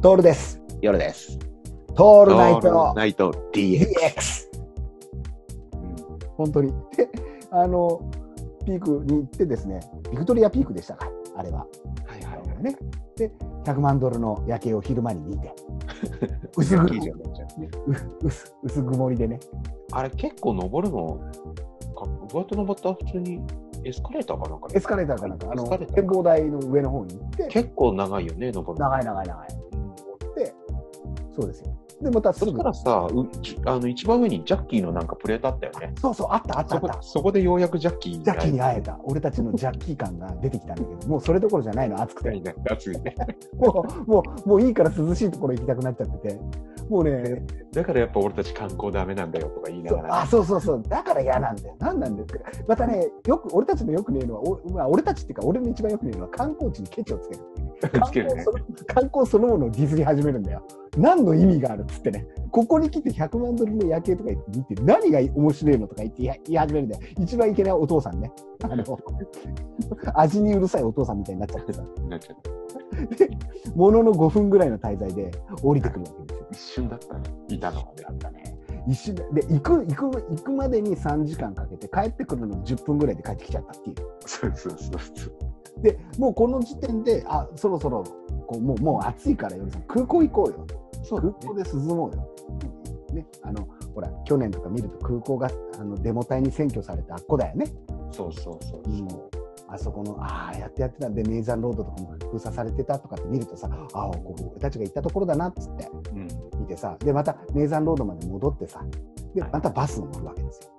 トールです。夜です。トオールナイトナイト DX。 DX。本当に。 で、あの、ピークに行ってですね、ビクトリアピークでしたか、あれは。はいはいはい。ね、で、100万ドルの夜景を昼間に見て、 薄ぐいいじゃんいいじゃん薄薄曇りでね、あれ結構登るのかどうやって登った普通にエスカレーターかなんかでエスカレーターかなんか、あのエスカレーターか展望台の上の方に行って、結構長いよね、登るの。長い長い長い。で、そうですよ。で、またすそぐれか、らさ、うじあの一番上にジャッキーのなんかプレートあったよね。そうそう、あったあったあそっこた。そこでようやくジャッキーにジャッキーに会ええた。俺たちのジャッキー感が出てきたんだけど、もうそれどころじゃないの、暑くて。た。暑いね もう、もう、もういいから涼しいところ行きたくなっちゃってて。もうね、だからやっぱ俺たち観光ダメなんだよとか言いなそうがらあ、そうそうそう、だから嫌なんだよ。何なんですか。またね、よく、俺たちのよく見えるのは、おまあ、俺たちっていうか、俺の一番よく見えるのは、観光地にケチをつける。つける観光ねその観光そのものをディスり始めるんだよ。何の意味があるっつってね、ここに来て100万ドルの夜景とか言って見て、何が面白いのとか言って言い言い始めるんだよ。一番いけないお父さんね。あ の味にうるさいお父さんみたいになっちゃってさ、なっちゃったものの5分ぐらいの滞在で降りてくるわけですよ。一瞬だったね。いたのがねだったね。一瞬でで行く行く行くまでに3時間かけて帰ってくるのに10分ぐらいで帰ってきちゃったっていう。そうそうそうそう。でもうこの時点であそろそろこうもうもう暑いからよりさん空港行こうよそう空港で涼もうよ。ね、あのほら去年とか見ると空港があのデモ隊に占拠されたあっこだよね。そうそうそうもうあそこのああやってやってたんで名山ロードとかも封鎖されてたとかって見るとさああここ俺たちが行ったところだなっつってうん見てさでまた名山ロードまで戻ってさでまたバスに乗るわけですよ。